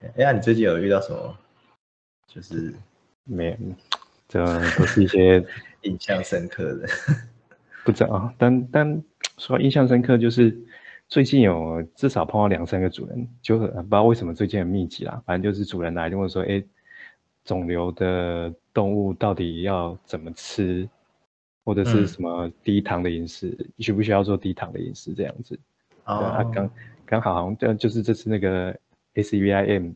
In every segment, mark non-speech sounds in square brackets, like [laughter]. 哎、那你最近有遇到什么就是没，这都是一些印象深刻的？不知道啊。但但说印象深刻，就是最近有至少碰到两三个主人，就是不知道为什么最近很密集啦。反正就是主人来就问说，哎，肿瘤的动物到底要怎么吃，或者嗯是什么低糖的饮食，需不需要做低糖的饮食这样子？对啊，哦，刚刚好好像就就是这次那个 ACVIM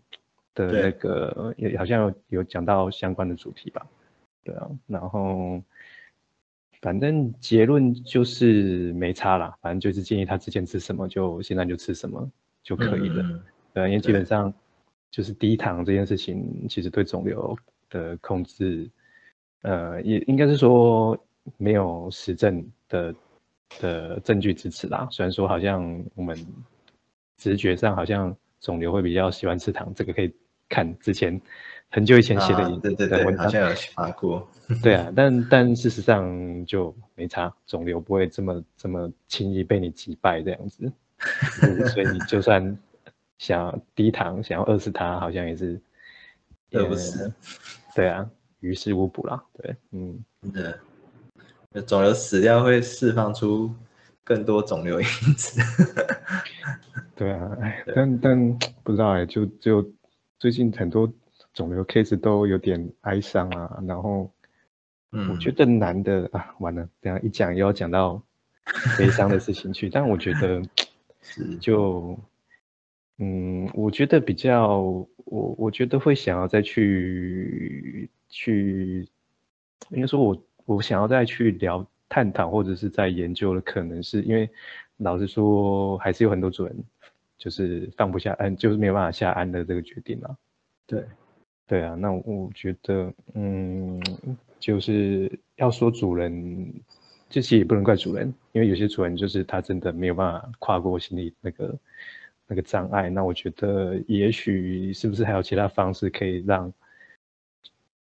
的对那个也好像有有讲到相关的主题吧？对啊，然后反正结论就是没差啦，反正就是建议他之前吃什么就现在就吃什么就可以了。嗯嗯嗯对啊，因为基对本上就是低糖这件事情，其实对肿瘤的控制，呃，也应该是说没有实证的的证据支持啦。虽然说好像我们直觉上好像肿瘤会比较喜欢吃糖，这个可以看之前很久以前写的、啊对对的对，文好章，像有发过。对嗯啊，但但事实上就没差，肿瘤不会这么这么轻易被你击败这样子，嗯所以你就算 [laughs] 想要低糖，想要饿死它，好像也是饿不死。对啊，于事无补啦。对，嗯，真的，那肿瘤死掉会释放出更多肿瘤因子。对啊，哎对，但但不知道哎、就就最近很多肿瘤 case 都有点哀伤啊，然后嗯，我觉得男的啊，完了，等一下一讲又要讲到悲伤的事情去，但我觉得。是就嗯，我觉得比较，我我觉得会想要再去去，应该说我我想要再去聊探讨或者是在研究的，可能是因为老实说，还是有很多主人就是放不下安，就是没有办法下安的这个决定啊。对，对啊，那我觉得，嗯，就是要说主人，这些也不能怪主人，因为有些主人就是他真的没有办法跨过心理那个那个障碍。那我觉得，也许是不是还有其他方式可以让，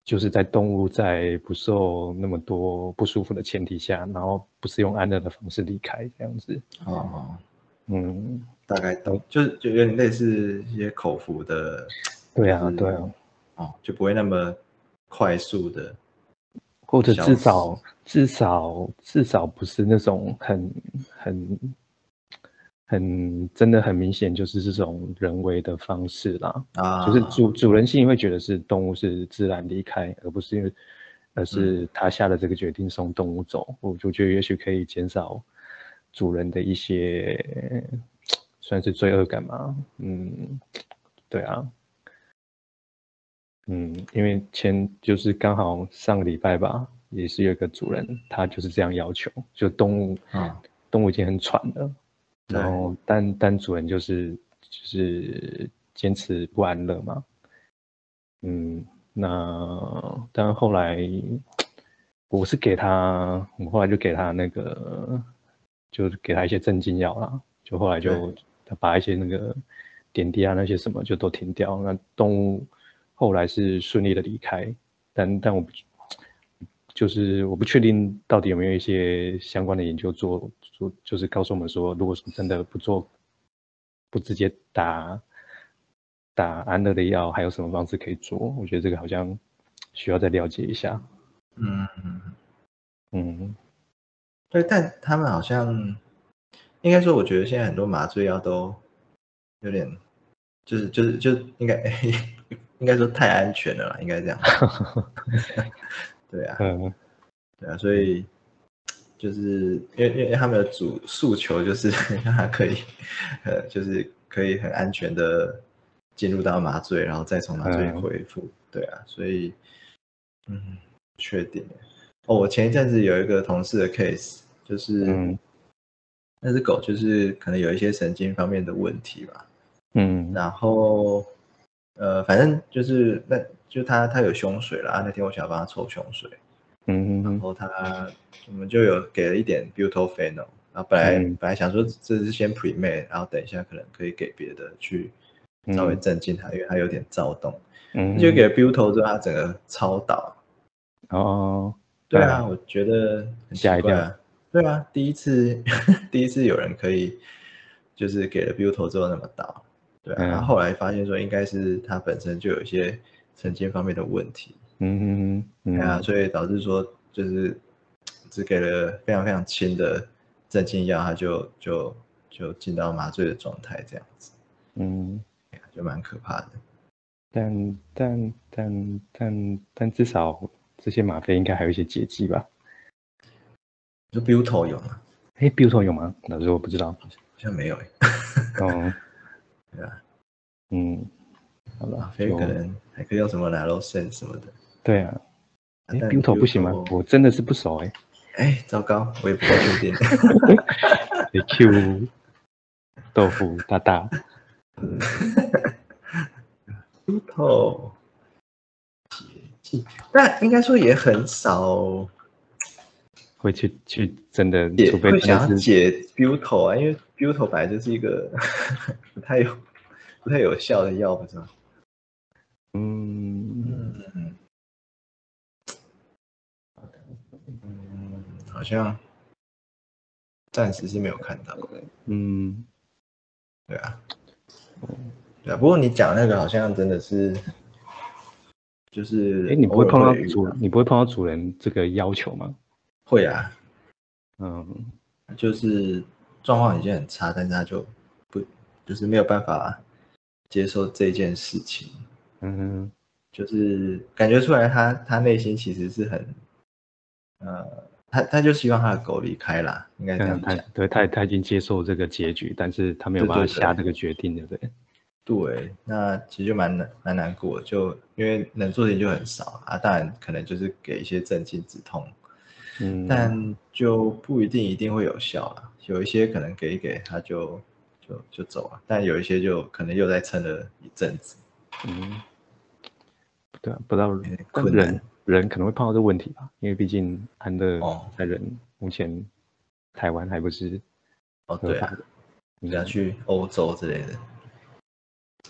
就是在动物在不受那么多不舒服的前提下，然后不是用安乐的方式离开这样子。哦，嗯，大概懂，就是就有点类似一些口服的对啊嗯，对啊。哦，就不会那么快速的。或者消失至少至少至少不是那种很很很真的很明显就是这种人为的方式啦，啊，就是主主人心里会觉得是动物是自然离开，而不是因为嗯而是他下了这个决定送动物走，我就觉得也许可以减少主人的一些算是罪恶感嘛，嗯，对啊，嗯，因为前就是刚好上个礼拜吧，也是有一个主人，他就是这样要求，就动物，啊动物已经很喘了，对然后但但主人就是就是坚持不安乐嘛，嗯，那但后来我是给他，我后来就给他那个，就是给他一些镇静药啦，就后来就他把一些那个点滴啊那些什么就都停掉，那动物后来是顺利的离开，但但我不就是我不确定到底有没有一些相关的研究做做，就是告诉我们说，如果是真的不做，不直接打打安乐的药，还有什么方式可以做？我觉得这个好像需要再了解一下。嗯，嗯嗯，对，但他们好像应该说，我觉得现在很多麻醉药都有点，就是就是就应该 [laughs] 应该说太安全了啦，应该这样。 [laughs] 对啊，呃，对啊，所以就是因为因为他们的主诉求就是让他可以，呃，就是可以很安全的进入到麻醉，然后再从麻醉嗯恢复。对啊，所以嗯，不确定耶。哦，我前一阵子有一个同事的 case，就是、嗯那只狗就是可能有一些神经方面的问题吧，嗯然后呃，反正就是那就它它有胸水啦，啊那天我想帮它抽胸水。然嗯后他我们就有给了一点 butylphenol，然后本来、嗯本来想说这是先 pre med，然后等一下可能可以给别的去稍微嗯镇静他，因为他有点躁动。嗯，就给了 butyl 之后，他整个超倒。哦，对对啊，啊我觉得很奇吓一怪跳啊。对啊， [laughs] 第一次第一次有人可以就是给了 butyl 之后那么倒，对啊，嗯然后后来发现说应该是他本身就有一些神经方面的问题，嗯嗯嗯，对啊，所以导致说就是只给了非常非常轻的镇静药，他就就就进到麻醉的状态这样子，啊嗯，就蛮可怕的。但但但但但至少这些吗啡应该还有一些解剂吧？就 Buto 有吗？哎，Buto 有吗？老师我不知道。好像没有欸，哦，对啊，嗯，好了，所以就可能还可以用什么 Naloxone 什么的。对啊。哎但，Buto 不行吗？ Buto- 我真的是不熟哎。哎，糟糕，我也不太确定。 [laughs] 所以 Q 豆腐大大， Buto 解剂，但应该说也很少会去去真的，解除非会真想要的是解 Buto 啊，因为 Buto 本来就是一个 [laughs] 不太有不太有效的药，不是吗？嗯，嗯，嗯，好像暂时是没有看到。嗯，对啊，对啊。不过你讲那个好像真的是，就是哎，你不会偶尔碰到遇主，你不会碰到主人这个要求吗？会啊，嗯就是状况已经很差，但是他就不就是没有办法接受这件事情，嗯就是感觉出来他他内心其实是很，呃，他他就希望他的狗离开啦，应该这样哼，他讲。对他他已经接受这个结局，但是他没有对办法对对下这个决定，对不对？对，那其实就蛮难蛮难过的，就因为能做的就很少啊。当然，可能就是给一些镇静止痛，嗯，但就不一定一定会有效啊。有一些可能给一给他就就就走了、但有一些就可能又在撑了一阵子。嗯，对啊，不知道点但困人难人可能会碰到这个问题吧，因为毕竟安乐哦在人目前台湾还不是哦，合对法啊，的，你要去欧洲之类的，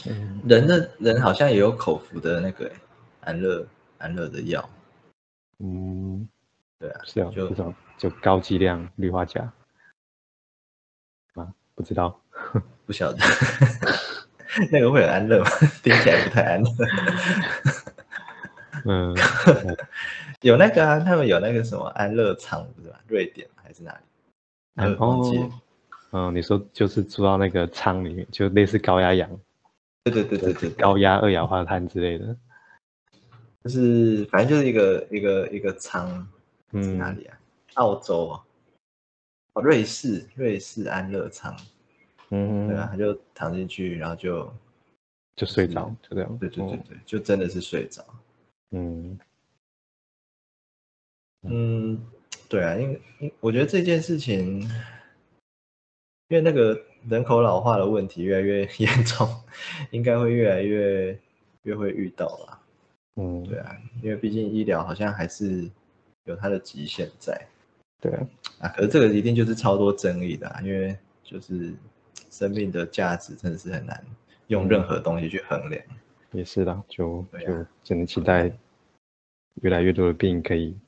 嗯，人的人好像也有口服的那个欸安乐安乐的药，嗯，对啊，是啊，就这种就高剂量氯化钾啊，不 [laughs] 知道，不晓得那个会很安乐吗？听起来不太安乐。嗯，有那个啊，他们有那个什么安乐仓，不是吧？瑞典还是哪里？然呃忘记了后，嗯，你说就是住到那个仓里面，就类似高压氧、对对对对对，对高压二氧化碳之类的，就是反正就是一个一个一个仓，是嗯，哪里啊？澳洲啊，哦，瑞士，瑞士安乐仓，嗯，对啊，他就躺进去，然后就，就睡着，就这样，对对对嗯对，就真的是睡着。嗯嗯，对啊，因为因我觉得这件事情，因为那个人口老化的问题越来越严重，应该会越来越越会遇到啦。嗯，对啊，因为毕竟医疗好像还是有它的极限在对啊，啊。可是这个一定就是超多争议的、啊，因为就是生命的价值真的是很难用任何东西去衡量。嗯也是啦，就对啊就只能期待越来越多的病可以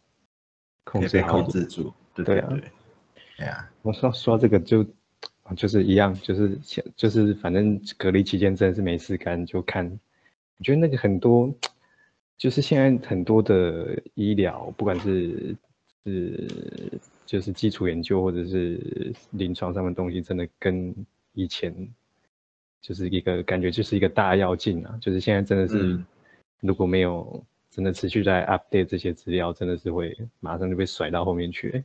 控可以制被好一控点。制住。对对对啊对，哎呀、我说说到这个就啊就是一样，就是现就是反正隔离期间真的是没事干，就看。我觉得那个很多，就是现在很多的医疗，不管是是就是基础研究或者是临床上面的东西，真的跟以前就是一个感觉就是一个大跃进啊，就是现在真的是、嗯如果没有真的持续在 update 这些资料，真的是会马上就被甩到后面去、欸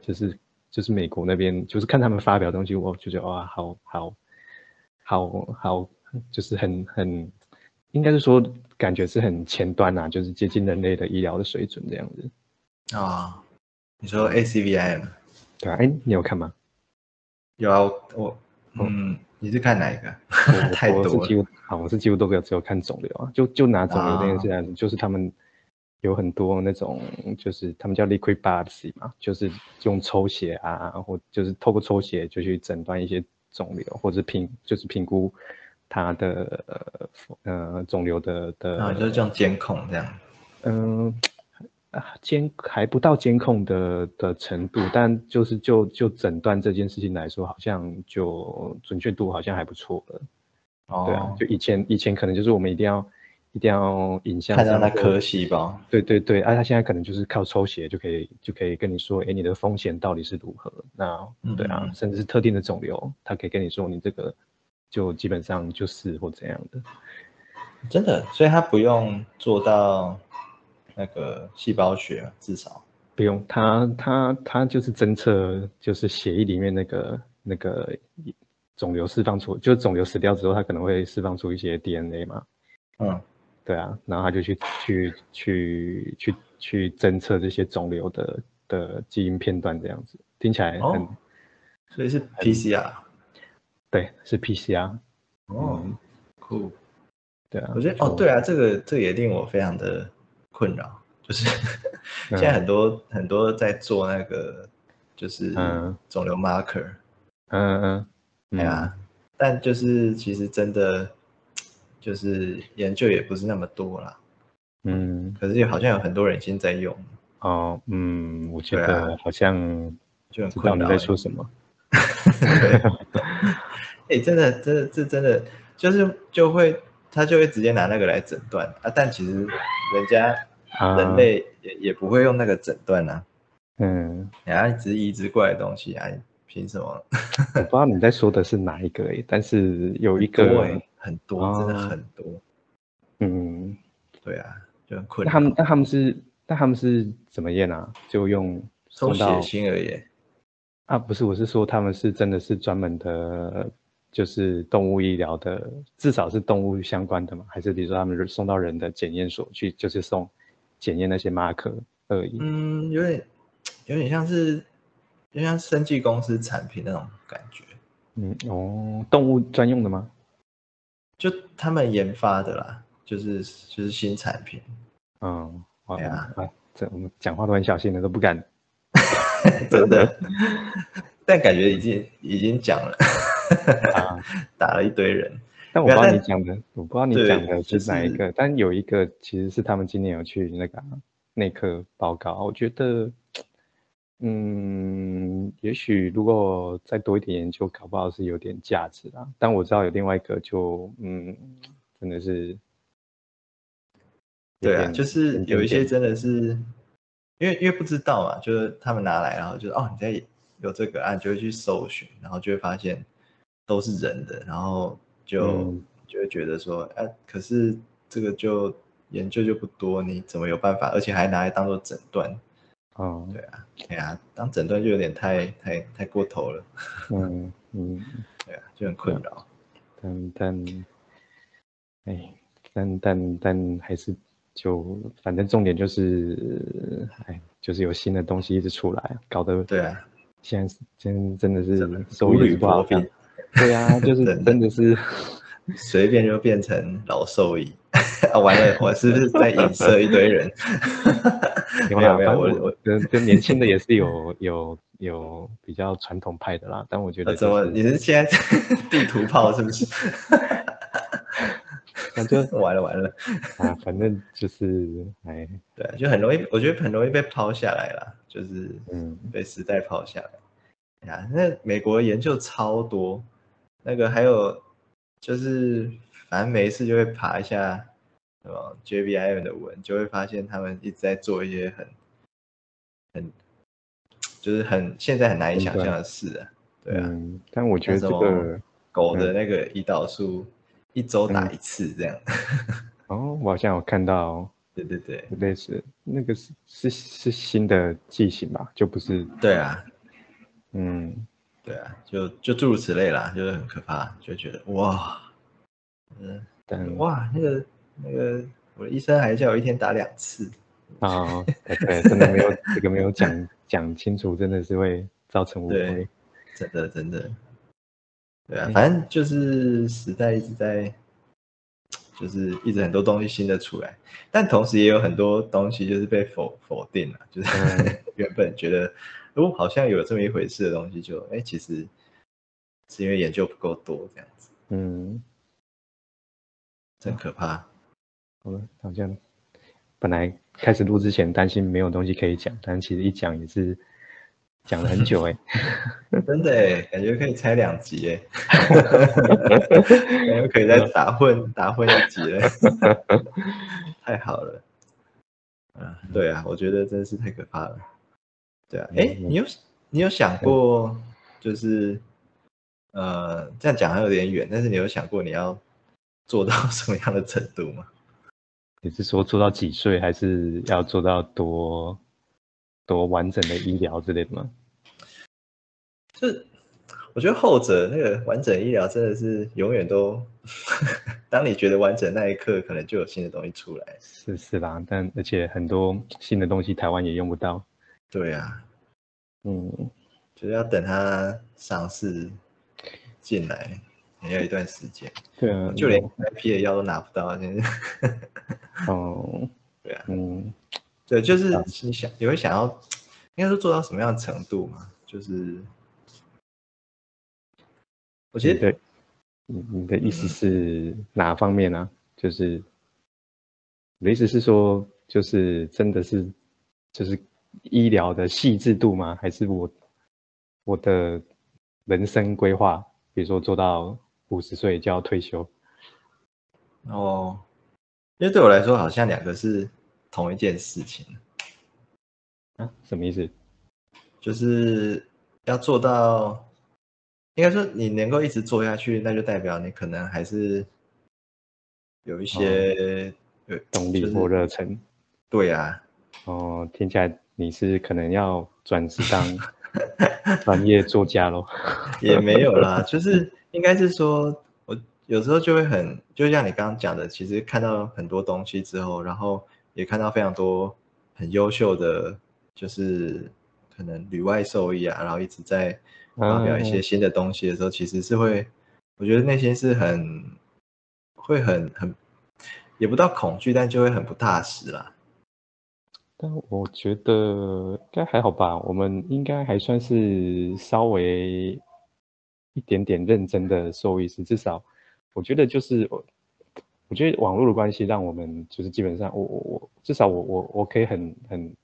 就是就是美国那边，就是看他们发表的东西，我就觉得哇，好好好好，就是很很，应该是说感觉是很前端呐、就是接近人类的医疗的水准这样子。啊、你说 ACVI 吗？对啊，哎，你有看吗？有啊，我我嗯，你是看哪一个？哦 [laughs] 我太我多是几了。乎啊，我是几乎都有只有看肿瘤啊，就就拿肿瘤这件事啊来说，就是他们有很多那种，就是他们叫 liquid biopsy 嘛，就是用抽血啊，或就是透过抽血就去诊断一些肿瘤，或者评就是评估它的呃呃肿瘤的的然后啊就是这种监控这样。嗯，啊，监还不到监控的的程度，但就是就就诊断这件事情来说，好像就准确度好像还不错了。哦对啊，就以前以前可能就是我们一定要一定要影像看到那上或颗细胞，对对对，啊，他现在可能就是靠抽血就可以就可以跟你说，哎，你的风险到底是如何？那嗯对啊，嗯嗯甚至是特定的肿瘤，他可以跟你说，你这个就基本上就是或怎样的。真的，所以它不用做到那个细胞学，至少不用，他他他就是侦测，就是血液里面那个那个肿瘤释放出，就是肿瘤死掉之后，它可能会释放出一些 DNA 嘛，嗯，对啊，然后他就去去去去去侦测这些肿瘤的的基因片段，这样子听起来很、哦所以是 PCR。对，是 PCR，哦嗯，酷。对啊，我觉得哦，对啊，这个这个也令我非常的困扰，就是 [laughs] 嗯现在很多、很多在做那个就是嗯肿瘤 marker，、嗯，嗯嗯嗯，对啊，但就是其实真的就是研究也不是那么多啦，嗯，可是好像有很多人已经在用，哦，嗯，我觉对啊得好像就很知道困你扰欸、在说什么， [laughs] [laughs] 哎、真的，真的，这真的就是就会他就会直接拿那个来诊断啊，但其实人家啊人类也、也不会用那个诊断啊，嗯。人家哎只是移植过来的东西啊，你凭什 [laughs] 么？我不知道你在说的是哪一个诶、但是有一多个，哎、 [laughs] 很多，真的啊哦很多，嗯，对啊，就很困那扰。他们那他们是那他们是怎么验啊？就用从送血到清而言，啊？不是，我是说他们是真的是专门的，就是动物医疗的，至少是动物相关的嘛？还是比如说他们送到人的检验所去，就是送检验那些马克而已？嗯，有点有点像是就像生技公司产品那种感觉，嗯，哦，动物专用的吗？就他们研发的啦，就是就是新产 [laughs] 品。嗯，哇对啊啊，这我们讲话都很小心的，都不敢。真的， [laughs] 但感觉已经已经讲了，啊 [laughs] 打了一堆人。但我没不有知道你啊但讲的，我不知道你对讲的就是哪一是个，但有一个其实是他们今年有去那个啊内科报告，我觉得，嗯，也许如果再多一点研究，搞不好是有点价值啦。但我知道有另外一个就，嗯，真的是有对点，啊，就是有一些真的是，因为因为不知道嘛，就是他们拿来，然后就是哦，你在有这个案、你就会去搜寻，然后就会发现都是人的，然后就、嗯就会觉得说，哎、可是这个就研究就不多，你怎么有办法？而且还拿来当做诊断，嗯对啊，哎呀、当诊断就有点太太太过头了，嗯嗯，对啊，就很困扰。但但，哎，但但但还是就反正重点就是，哎，就是有新的东西一直出来，搞得对啊，现在现在真的真是的收如益履是不好薄冰看。[laughs] 对啊，就是真的真的是，随便就变成老兽医。 [laughs] 啊，完了，我是不是在影射一堆人？ [laughs] 没啦有没有，反正我我我跟跟年轻的也是有有有比较传统派的啦，但我觉呃得怎么就你是是现在 [laughs] 地图炮是不 [laughs] 是？反正完了完了，啊，反正就是哎，对啊，就很容易，我觉得很容易被抛下来啦，就是嗯被时代抛下来。哎呀，那美国研究超多，那个还有就是反正没事就会爬一下什么 JVIM 的文，就会发现他们一直在做一些很很就是很现在很难以想象的事啊， [laughs] 对啊，嗯，但我觉那得什这么个嗯狗的那个胰岛素一周打一次这样，哦，我好像有看到。对对对，类似那个是是是新的剂型吧，就不是对啊，嗯对啊，就就诸如此类啦，就是很可怕，就觉得哇，嗯。但哇，那个那个，我的医生还叫我一天打两次。啊、对对，真的没有这个没有讲讲清楚，真的是会造成误对会。真的真的。对啊，嗯反正就是时代一直在，就是一直很多东西新的出来，但同时也有很多东西就是被否否定了，就是 [laughs] 原本觉得哦好像有这么一回事的东西就，哎其实是因为研究不够多这样子，嗯，真可怕。好了，好像本来开始录之前担心没有东西可以讲，但其实一讲也是讲了很久 [laughs] 哎、真的耶，感觉可以拆两集耶， [laughs] 感觉可以再打混打混一集 [laughs] 了，太好了。啊，对啊，我觉得真是太可怕了。对啊，哎，嗯你有你有想过，就是呃，这样讲还有点远，但是你有想过你要做到什么样的程度吗？你是说做到几岁，还是要做到多多完整的医疗之类的吗？就是我觉得后者那个完整医疗真的是永远都， [laughs] 当你觉得完整那一刻，可能就有新的东西出来。是是啦，但而且很多新的东西台湾也用不到。对啊，嗯，就是要等它上市进来，也要一段时间，对啊，就连 IP 的药都拿不到。现在哦，对啊，嗯，对，就是你想你会想要，应该说做到什么样的程度嘛？就是我觉你得的你你的意思嗯是哪方面呢、就是你的意思是说，就是真的是就是医疗的细致度吗？还是我我的人生规划，比如说做到五十岁就要退休？哦，因为对我来说，好像两个是同一件事情。啊，什么意思？就是要做到，应该说你能够一直做下去，那就代表你可能还是有一些、有动力就是或热忱？对啊，哦，听起来你是可能要转职当 [laughs] 专业作家咯。也没有啦，就是应该是说，我有时候就会很，就像你刚刚讲的，其实看到很多东西之后，然后也看到非常多很优秀的，就是可能旅外受益啊，然后一直在发表一些新的东西的时候，其实是会，我觉得内心是很，会很很，也不到恐惧，但就会很不踏实啦。但我觉得应该还好吧，我们应该还算是稍微一点点认真的兽医师，至少我觉得就是我，我觉得网络的关系让我们就是基本上我我我至少我我我可以很很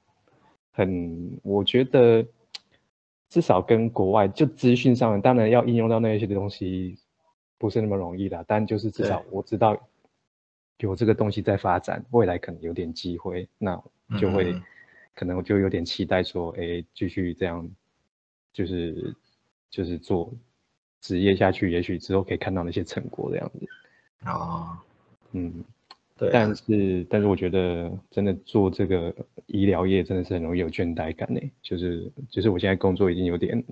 很，我觉得至少跟国外就资讯上，当然要应用到那些东西不是那么容易啦，但就是至少对我知道有这个东西在发展，未来可能有点机会，那就会、嗯可能我就有点期待说，哎，继续这样，就是就是做职业下去，也许之后可以看到那些成果这样子。哦，嗯，对啊，但是但是我觉得真的做这个医疗业真的是很容易有倦怠感呢，欸就是就是我现在工作已经有点。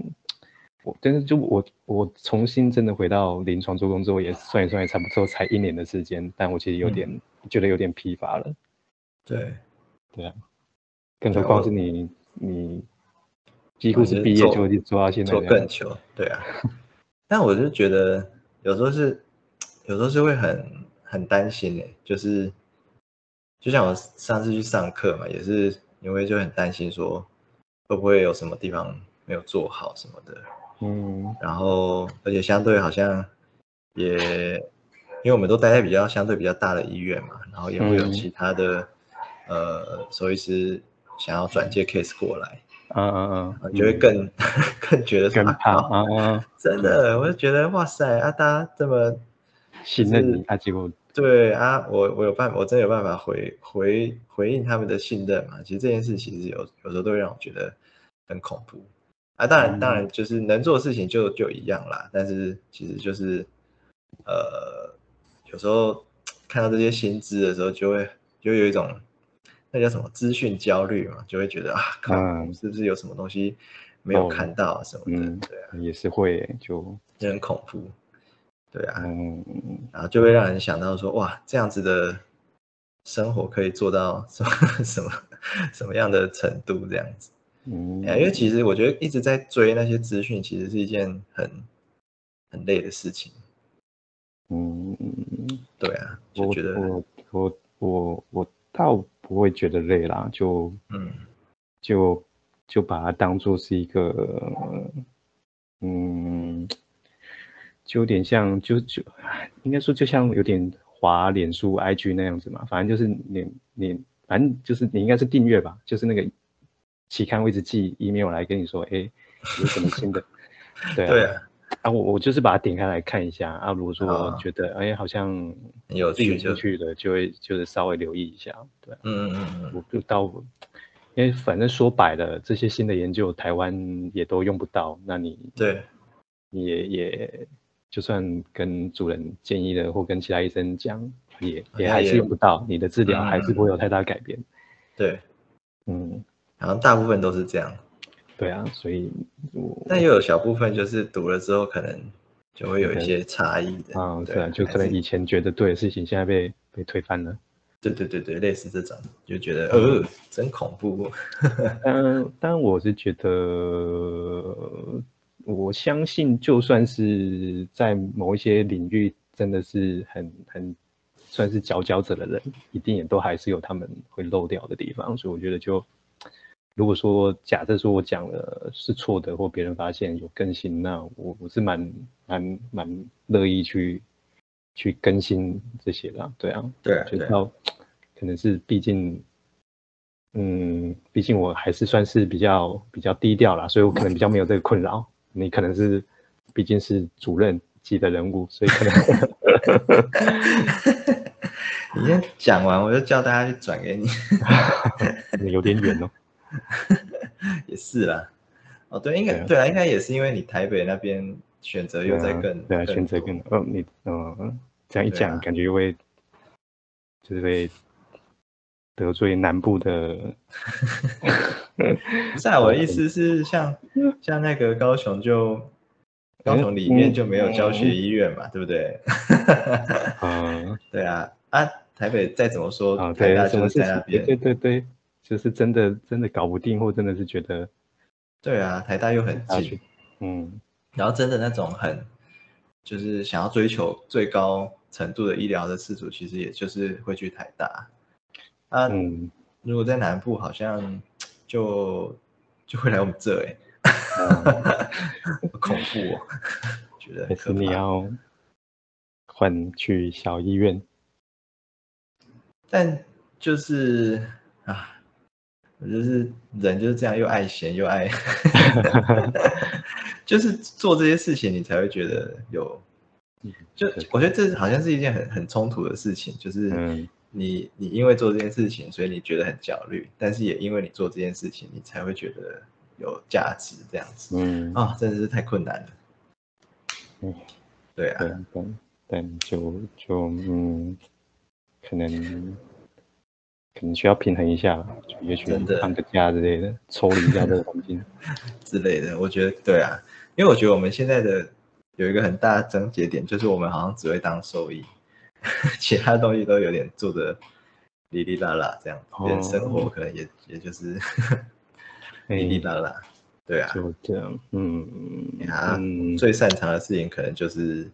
我但是就我我重新真的回到临床做工作，也算一算也差不多才一年的时间，但我其实嗯有点、觉得有点疲乏了。对，更何对况我是你，你几乎我是是毕业做就已经做到现在做这更样，久，对 [laughs] 啊。但我就觉得有时候是，有时候是会很很担心诶、就是就像我上次去上课嘛，也是因为就很担心说会不会有什么地方没有做好什么的，嗯，然后而且相对好像也，因为我们都待在比较相对比较大的医院嘛，然后也会有嗯其他的、呃兽医师想要转介 case 过来，啊啊啊啊，就会嗯更 [laughs] 更觉得说更啊怕靠啊 [laughs] 啊，真的，我就觉得哇塞，啊，大家这么信就任你是啊，结果对啊，我我有办我真的有办法回回回应他们的信任嘛？其实这件事其实有有时候都会让我觉得很恐怖啊。当嗯然，当然就是能做的事情就就一样啦，但是其实就是呃，有时候看到这些薪资的时候，就会就会有一种那叫什么资讯焦虑嘛，就会觉得啊，靠，我嗯们是不是有什么东西没有哦看到啊什么的？嗯对啊，也是会欸就就很恐怖。对啊，嗯然后就会让人想到说，哇，这样子的生活可以做到什么什么什么样的程度这样子？嗯，哎因为其实我觉得一直在追那些资讯，其实是一件很很累的事情。嗯，对啊，就我觉得我我我我倒不会觉得累啦，就嗯，就就把它当做是一个，嗯，就有点像，就就唉应该说就像有点滑脸书 IG 那样子嘛，反正就是你你反正就是你应该是订阅吧，就是那个期刊会一直寄 email 来跟你说，哎，有什么新的？对 [laughs] 啊，对啊，啊我我就是把它点开来看一下啊。如果说我啊觉得哎、好像很有自己有趣就兴趣的，就会就是稍微留意一下。对啊、嗯嗯嗯嗯，我就到，因为反正说白了，这些新的研究台湾也都用不到，那你对，你也也就算跟主人建议了，或跟其他医生讲，也好像也还是也用不到，你的治疗嗯还是不会有太大改变。对，嗯，然后大部分都是这样，对啊，所以我但也有小部分就是读了之后可能就会有一些差异的。啊，对对啊，就还可能是以前觉得对的事情，现在被被推翻了。对对对对，类似这种就觉得嗯呃真恐怖，但但我是觉得，呃我相信，就算是在某一些领域真的是很很算是佼佼者的人，一定也都还是有他们会漏掉的地方。所以我觉得就，如果说假设说我讲了是错的，或别人发现有更新，那我我是蛮蛮蛮乐意去去更新这些啦。对啊，对啊就对啊到可能是毕竟，嗯，毕竟我还是算是比较比较低调啦，所以我可能比较没有这个困扰。你可能是毕竟是主任级的人物，所 [laughs] 以可能你先讲完，我就叫大家去转给你。 [laughs] 有点远哦。也是啦，哦对，应该对啊对啊，应该也是因为你台北那边选择又在啊更对啊，选择多更哦，你嗯，这样一对讲，啊感觉会就是会得罪南部的不是啊，我的意思是像嗯像那个高雄就高雄里面就没有教学医院嘛，对不对？ [laughs] 嗯对啊，啊，台北再怎么说，啊，台对大，什就么是事在那情？对边，对对，就是真的真的搞不定，或真的是觉得对啊，台大又很大近学，嗯然后真的那种很就是想要追求最高程度的医疗的事主，其实也就是会去台大。啊， [laughs] 嗯如果在南部，好像就就会来我们这哎、啊，好恐怖哦， [laughs] 觉得还很是可你怕。要换去小医院。但就是啊，我就是人就是这样，又爱闲又爱，就是做这些事情，你才会觉得有。就对我觉得这好像是一件很很冲突的事情，就是嗯你你因为做这件事情，所以你觉得很焦虑，但是也因为你做这件事情，你才会觉得有价值这样子嗯，啊，真的是太困难了。嗯对啊，对，但但就就嗯，可能可能需要平衡一下啦，就也许真的放个假之类的，抽离一下这个 [laughs] 环境。之类的。我觉得对啊，因为我觉得我们现在的有一个很大的症结点，就是我们好像只会当兽医， [laughs] 其他东西都有点做的哩哩啦啦这样，哦连生活可能也也就是 [laughs] 哎哩哩啦啦。对啊，就这样，嗯啊嗯，最擅长的事情可能就是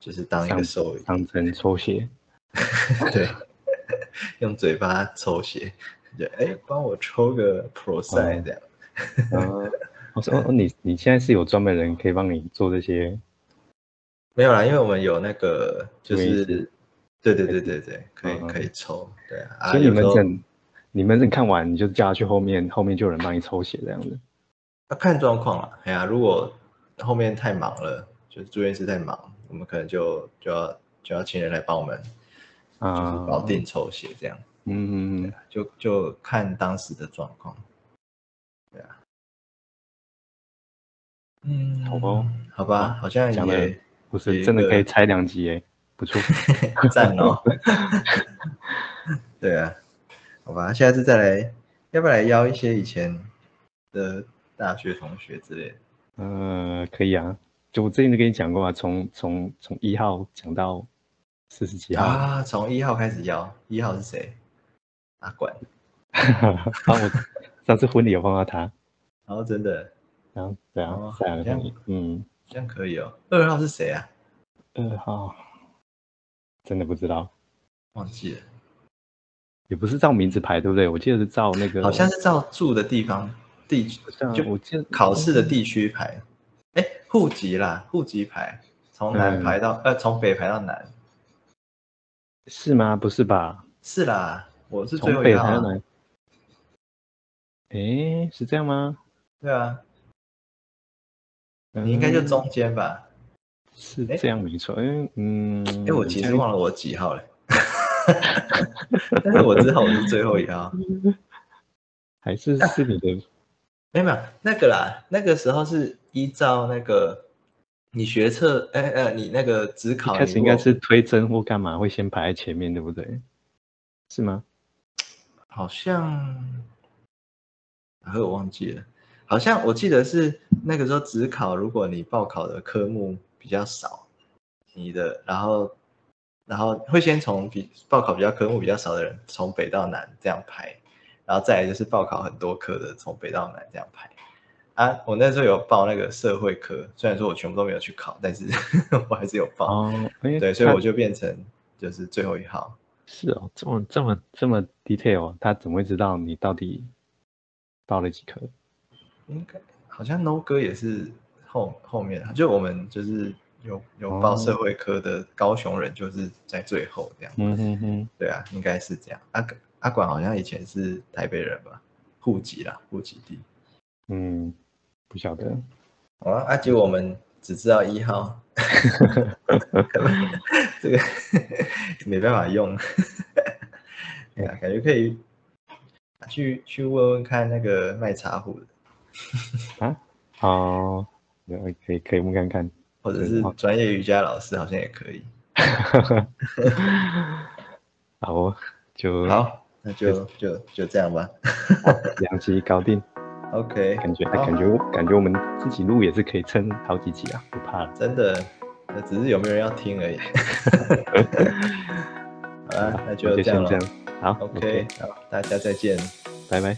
就是当一上个兽医，上针抽血， [laughs] 对，用嘴巴抽血，就哎帮我抽个 pro 赛哦这样。 [laughs] 嗯，我说哦，你你现在是有专门人可以帮你做这些，没有啦，因为我们有那个就没意思是，对对对对对，可以嗯嗯可以抽，对啊啊，所以你有时门候诊你门诊看完你就叫他去后面，后面就有人帮你抽血这样子。啊看状况啦。哎呀，如果后面太忙了，就是住院师太忙，我们可能就就要就要请人来帮我们，就是啊，保定啊抽血这样，嗯，嗯，嗯就就看当时的状况，对啊，嗯，好哦，好吧，好像讲得也不有一是真的可以个拆两集耶，不错。赞哦。 [laughs] 对啊，好吧，下次再来，要不要来邀一些以前的大学同学之类的？呃，可以啊，就我之前就跟你讲过啊，从从从一号讲到四十几号， [laughs] 啊，啊，从一号开始邀，一号是谁？阿管。我上次婚礼有碰到他，然后真的然后对哦啊，在这样婚礼，嗯，这样可以哦。二号是谁啊？二号真的不知道，忘记了，也不是照名字排，对不对？我记得是照那个，好像是照住的地方地区好，像就我记得考试的地区排，哎，户籍啦，户籍排，从南嗯排到、呃，从北排到南，是吗？不是吧？是啦，我是最从后一北号还啊、要来？诶，是这样吗？对啊，你应该嗯就中间吧？是这样没错，因为嗯，哎，我其实忘了我几号了， [laughs] 但是我知道我是最后一号。还是是你的没有没有那个啦，那个时候是依照那个你学测，哎呃，你那个只考开始应你如果该是推甄或干嘛会先排在前面，对不对？是吗？好像，然后我忘记了，好像我记得是那个时候只考，如果你报考的科目比较少，你的然后然后会先从比报考比较科目比较少的人从北到南这样排，然后再来就是报考很多科的从北到南这样排。啊，我那时候有报那个社会科，虽然说我全部都没有去考，但是 [laughs] 我还是有报。哦，因为对，所以他我就变成就是最后一号。是哦，这么这么这么 detail，哦他怎么会知道你到底报了几科？应该好像 No 哥也是后后面啊，就我们就是有有报哦社会科的高雄人，就是在最后这样。嗯哼哼，对啊，应该是这样。阿阿管好像以前是台北人吧，户籍啦，户籍地。哦嗯，不晓得。好了，阿吉啊我们只知道一号，这个没办法用。对啊，感觉可以去去问问看那个卖茶壶的，好，那可以可以问看看。或者是好专业瑜伽老师，好像也可以。好哦，就好，那就就就这样吧。两集搞定。 OK，感觉哎，好感觉我感觉我们自己录也是可以撑好几集啊，不怕了。真的，那只是有没有人要听而已。好啦，那就就这先样这了样。。好 OK，好，大家再见。拜拜。